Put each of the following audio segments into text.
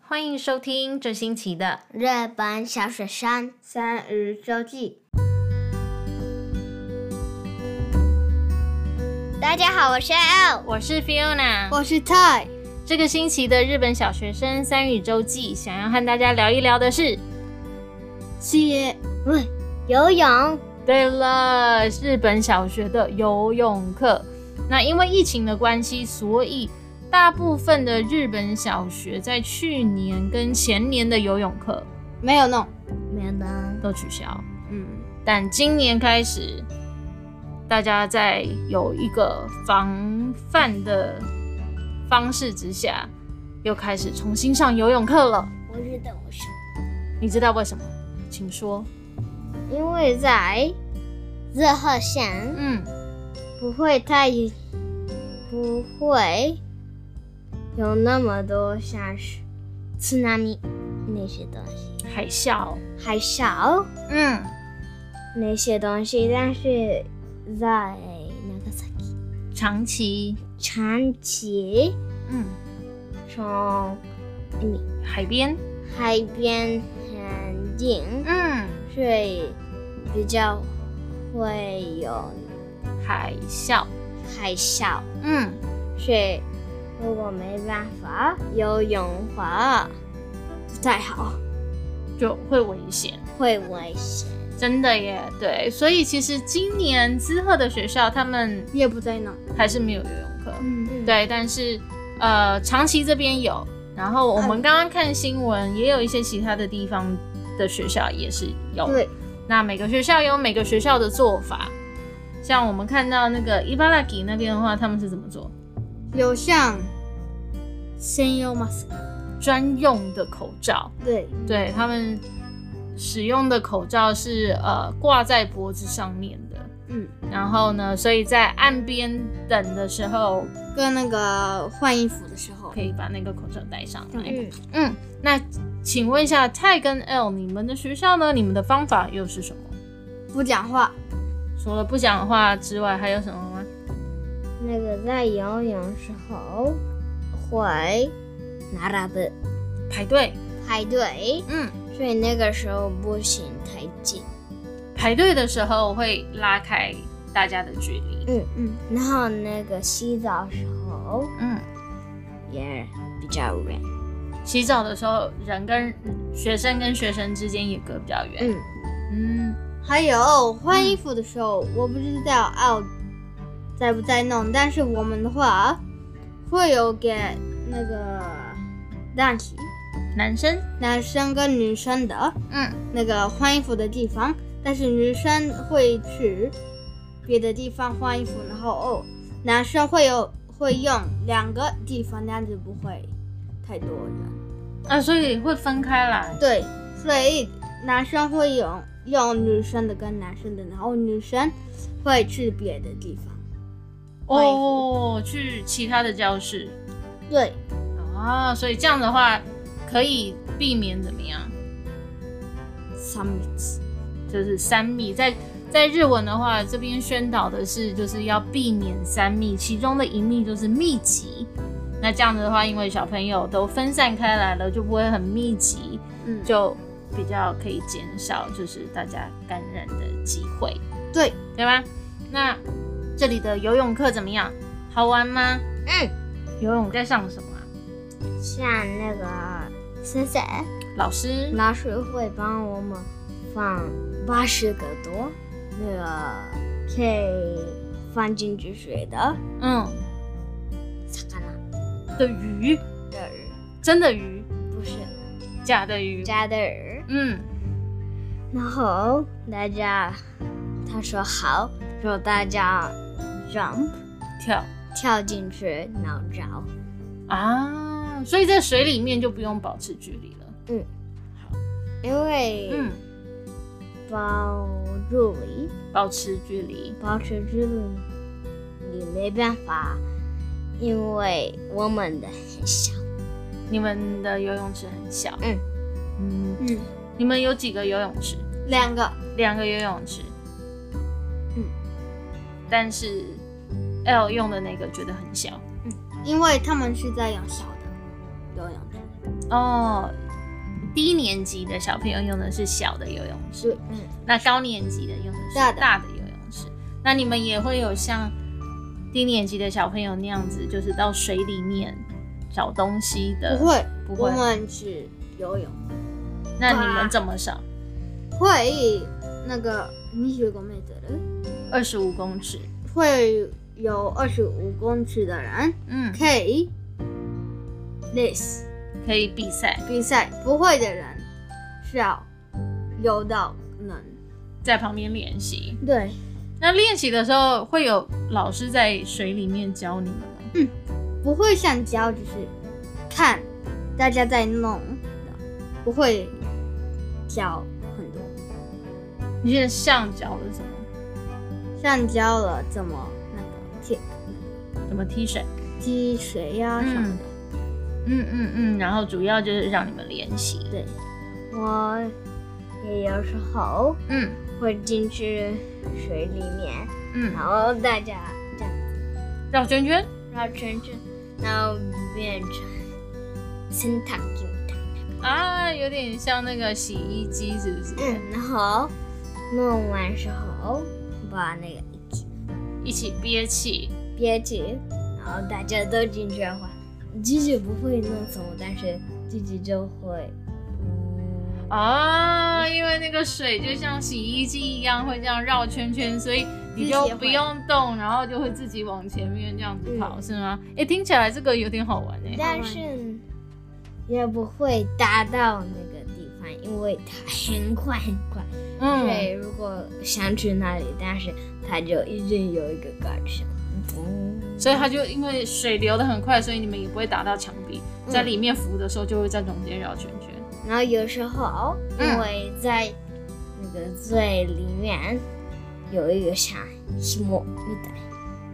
欢迎收听这星期的日本小雪山三日周记。大家好，我是 L，我是 Fiona，我是 Ty。这个星期的日本小学生三语周记，想要和大家聊一聊的是，谢，喂，游泳，对了，日本小学的游泳课。那因为疫情的关系，所以大部分的日本小学在去年跟前年的游泳课没有弄，没有呢。都取消，嗯，但今年开始，大家在有一个防范的方式之下，又开始重新上游泳课了。我觉得我是，你知道为什么？请说。因为在日后县嗯，不会太，不会有那么多像是津波那些东西，海啸。还少。嗯，那些东西，但是在那个崎长期。长崎嗯，从海边。海边很近，嗯，所以比较会有海啸。海啸，嗯，所以如果没办法游泳的话，不太好，就会危险。会危险。真的耶，对，所以其实今年滋贺的学校他们也不在弄。还是没有游泳课，嗯，对，但是呃，长崎这边有，然后我们刚刚看新闻，也有一些其他的地方的学校也是有，对，那每个学校有每个学校的做法，像我们看到那个伊巴拉吉那边的话，他们是怎么做？有像専用 mask，专用的口罩，对，对他们使用的口罩是呃挂在脖子上面的，嗯，然后呢，所以在岸边等的时候，跟那个换衣服的时候可，以把那个口罩戴上来。嗯，嗯，那请问一下泰跟 L，你们的学校呢？你们的方法又是什么？不讲话，除了不讲话之外，还有什么吗？那个在游泳时候会拿拉布排队。排队。嗯，所以那个时候不行太近，排队的时候会拉开大家的距离。嗯嗯，然后那个洗澡时候嗯，也比较远，洗澡的时候人跟学生跟学生之间也隔比较远。嗯，嗯，还有换衣服的时候，我不知道奥在不在弄，但是我们的话会有给那个男性男生。男生跟女生的嗯，那个换衣服的地方，但是女生会去别的地方换衣服，然后哦，男生会有会用两个地方，那样子不会太多人。啊，所以会分开来。对，所以男生会用用女生的跟男生的，然后女生会去别的地方。哦，去其他的教室。对，哦，所以这样的话可以避免怎么样？三米就是三密，在在日文的话，这边宣导的是就是要避免三密，其中的一密就是密集。那这样子的话，因为小朋友都分散开来了，就不会很密集，嗯，就比较可以减少就是大家感染的机会，对，对吧？那这里的游泳课怎么样？好玩吗？嗯，游泳在上什么啊、像那个森森老师？老师会帮我们放八十个多那个可以放进去水的嗯，魚的鱼，的鱼，真的鱼，不是假的鱼。加的鱼，嗯，然后大家他说好，说大家 jump 跳跳进去脑着。啊，所以在水里面就不用保持距离了。嗯因为嗯，保助理、保持距离。保持距离，你没办法，因为我们的很小，你们的游泳池很小。嗯嗯，嗯，你们有几个游泳池？两个，两个游泳池。嗯，但是 L 用的那个觉得很小。因为他们是在养小的游泳池，哦，低年级的小朋友用的是小的游泳池对，嗯，那高年级的用的是大的大的游泳池。那你们也会有像低年级的小朋友那样子，就是到水里面找东西的？不，会，呃不会我们只游泳。那你们怎么少？会那个你学过没得了？二十五公尺，会有二十五公尺的人嗯，可以 this 可以比赛，比赛，不会的人是要游到能。在旁边练习。对，那练习的时候会有老师在水里面教你们吗？不会像教，只是看大家在弄的，不会教很多。你觉得像教的什么？像教了怎么那个踢怎么踢水？踢水呀、什么的。嗯嗯嗯，然后主要就是让你们练习。对，我也有时候嗯会进去水里面，嗯，然后大家这样绕圈圈。绕圈圈，然后变成清汤金汤，啊，有点像那个洗衣机，是不是？嗯，然后弄完时候把那个一起一起憋气。憋起，然后大家都进去玩。姐姐不会弄什么，但是弟弟就会，嗯，啊，因为那个水就像洗衣机一样会这样绕圈圈，所以你就自己也会不用动，然后就会自己往前面这样子跑，嗯是吗？哎、听起来这个有点好玩哎、但是也不会搭到那个地方，因为它很快很快。所以嗯，如果想去那里，但是它就一定有一个高墙。嗯所以它就因为水流得很快，所以你们也不会打到墙壁，嗯在里面浮的时候就会在中间绕圈圈。然后有时候哦嗯因为在那个最里面有一个像西摩一带，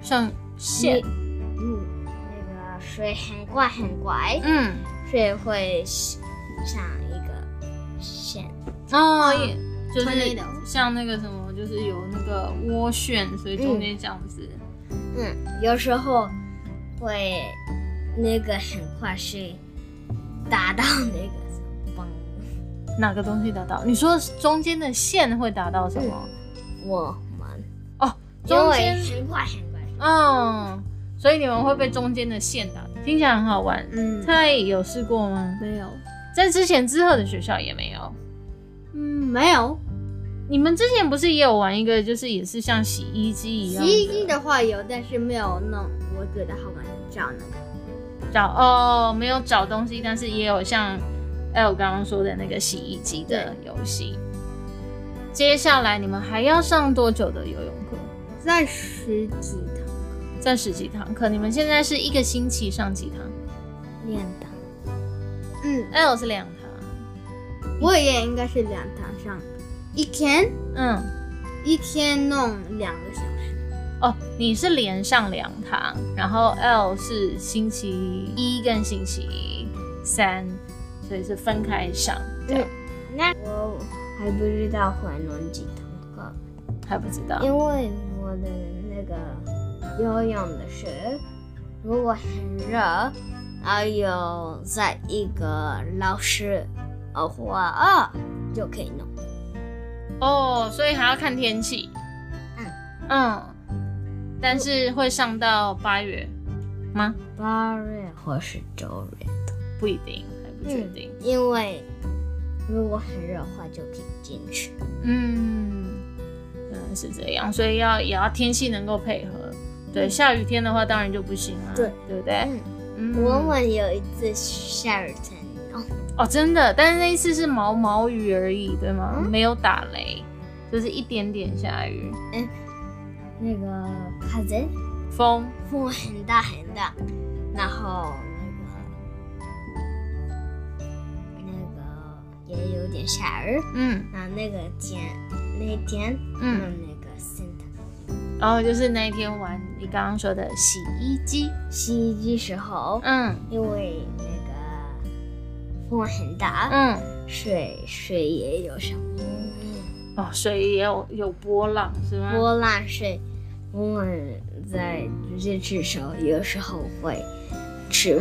像线，嗯，那个水很快很快，嗯，所以会像一个线。哦，也就是 tornado 像那个什么，就是有那个涡旋，所以中间这样子。嗯，有时候会那个很快是打到那个嘣，哪个东西打到？你说中间的线会打到什么？嗯我们哦，因中为间，很快很快，嗯，所以你们会被中间的线打，听起来很好玩。嗯，太有试过吗？没有，在之前之后的学校也没有。嗯，没有。你们之前不是也有玩一个，就是也是像洗衣机一样洗衣机的话有，但是没有弄，我觉得好玩的找那个。找哦，没有找东西，但是也有像 L 刚刚说的那个洗衣机的游戏。接下来你们还要上多久的游泳课？在十几堂，在十几堂课，你们现在是一个星期上几堂练到嗯， ？L 是两堂，我也应该是两堂上，一天嗯，一天弄两个小时，哦，你是连上两堂，然后 L 是星期一跟星期三，所以是分开上，这样、那我还不知道会弄几堂课，还不知道。因为我的那个游泳的水如果很热，然后有在一个老师的话啊、就可以弄。哦，所以还要看天气。嗯但是会上到八月吗？八月或是九月，不一定，还不确定。嗯因为如果很热的话就可以进去。嗯，原来是这样，所以要也要天气能够配合。对，下雨天的话当然就不行啦、对，嗯对不对？嗯，嗯，我们有一次下雨天，哦，哦，真的，但是那一次是毛毛雨而已，对吗？没有打雷，就是一点点下雨，那个卡贼风风很大很大，然后那个那个也有点下雨，嗯然后那个天那天嗯弄那个新的然后就是那一天玩你刚刚说的洗衣机，洗衣机时候，嗯因为那个风很大，嗯，水水也有什么。哦，水也有有波浪是吗？波浪是我们在直接吃时候，有时候会池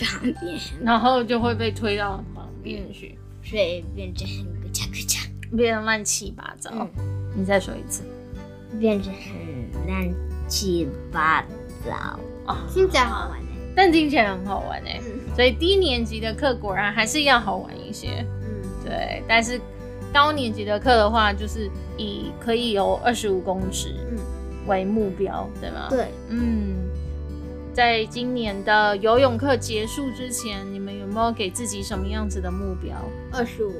旁边，然后就会被推到旁边去，水变成很咯嚓咯嚓，变得嗯乱七八糟。嗯嗯你再说一次变成很乱七八糟。啊！听起来好玩欸但听起来很好玩哎、嗯所以低年级的课果然还是要好玩一些。嗯，对，但是高年级的课的话，就是以可以有二十五公尺嗯为目标，对吗？，对，嗯。在今年的游泳课结束之前，你们有没有给自己什么样子的目标？二十五，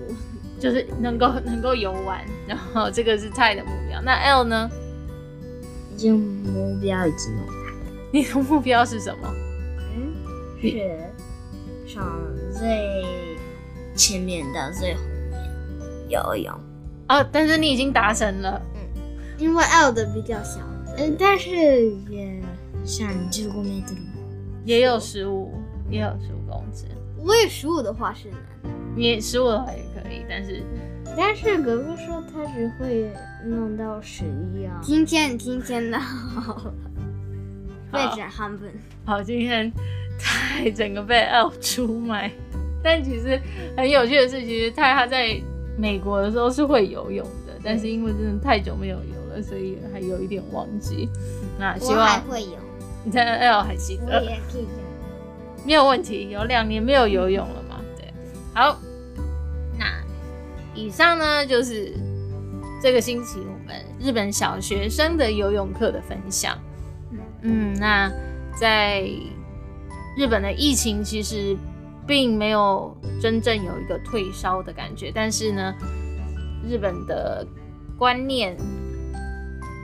就是能够能够游玩，然后这个是菜的目标。那 L 呢？ 已经目标已经有了，你的目标是什么？嗯，是上最前面到最后面游泳。啊，但是你已经达成了。因为 L 的比较小，嗯，但是也上十五米的路。也有十五，也有十五公尺。我也十五的话是难。你十五的话也可以，但是但是哥哥说他只会弄到十一啊。今天今天 的好了，好位置很稳。好，今天泰整个被 L 出卖。但其实很有趣的是，其实泰他在美国的时候是会游泳的，但是因为真的太久没有游了，所以还有一点忘记。那希我还望会游，你在 L 还记我得。也可以游。没有问题，有两年没有游泳了嘛？对，好，那以上呢就是这个星期我们日本小学生的游泳课的分享。嗯，那在日本的疫情其实并没有真正有一个退烧的感觉，但是呢，日本的观念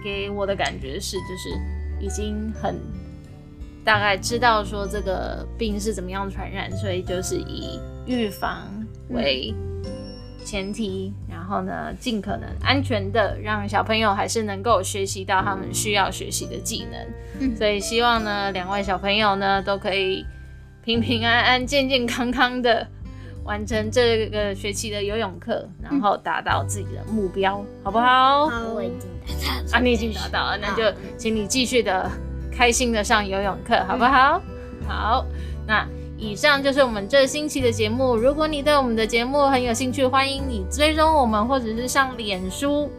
给我的感觉是，就是已经很大概知道说这个病是怎么样传染，所以就是以预防为前提，然后呢，尽可能安全的让小朋友还是能够学习到他们需要学习的技能。嗯所以希望呢，两位小朋友呢都可以平平安安、健健康康的完成这个学期的游泳课，然后达到自己的目标，好不好？好，我已经达到了。啊，你已经达到了，那就请你继续的开心的上游泳课，好不好？好，那以上就是我们这星期的节目。如果你对我们的节目很有兴趣，欢迎你追踪我们，或者是上脸书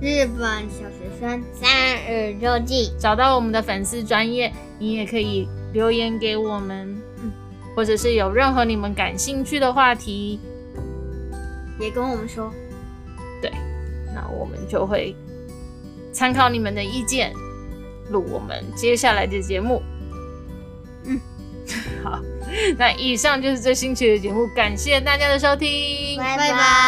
日本小学生三日周记，找到我们的粉丝专业，你也可以留言给我们，嗯或者是有任何你们感兴趣的话题，也跟我们说，那我们就会参考你们的意见，录我们接下来的节目。 嗯，好，那以上就是这星期的节目，感谢大家的收听，拜拜拜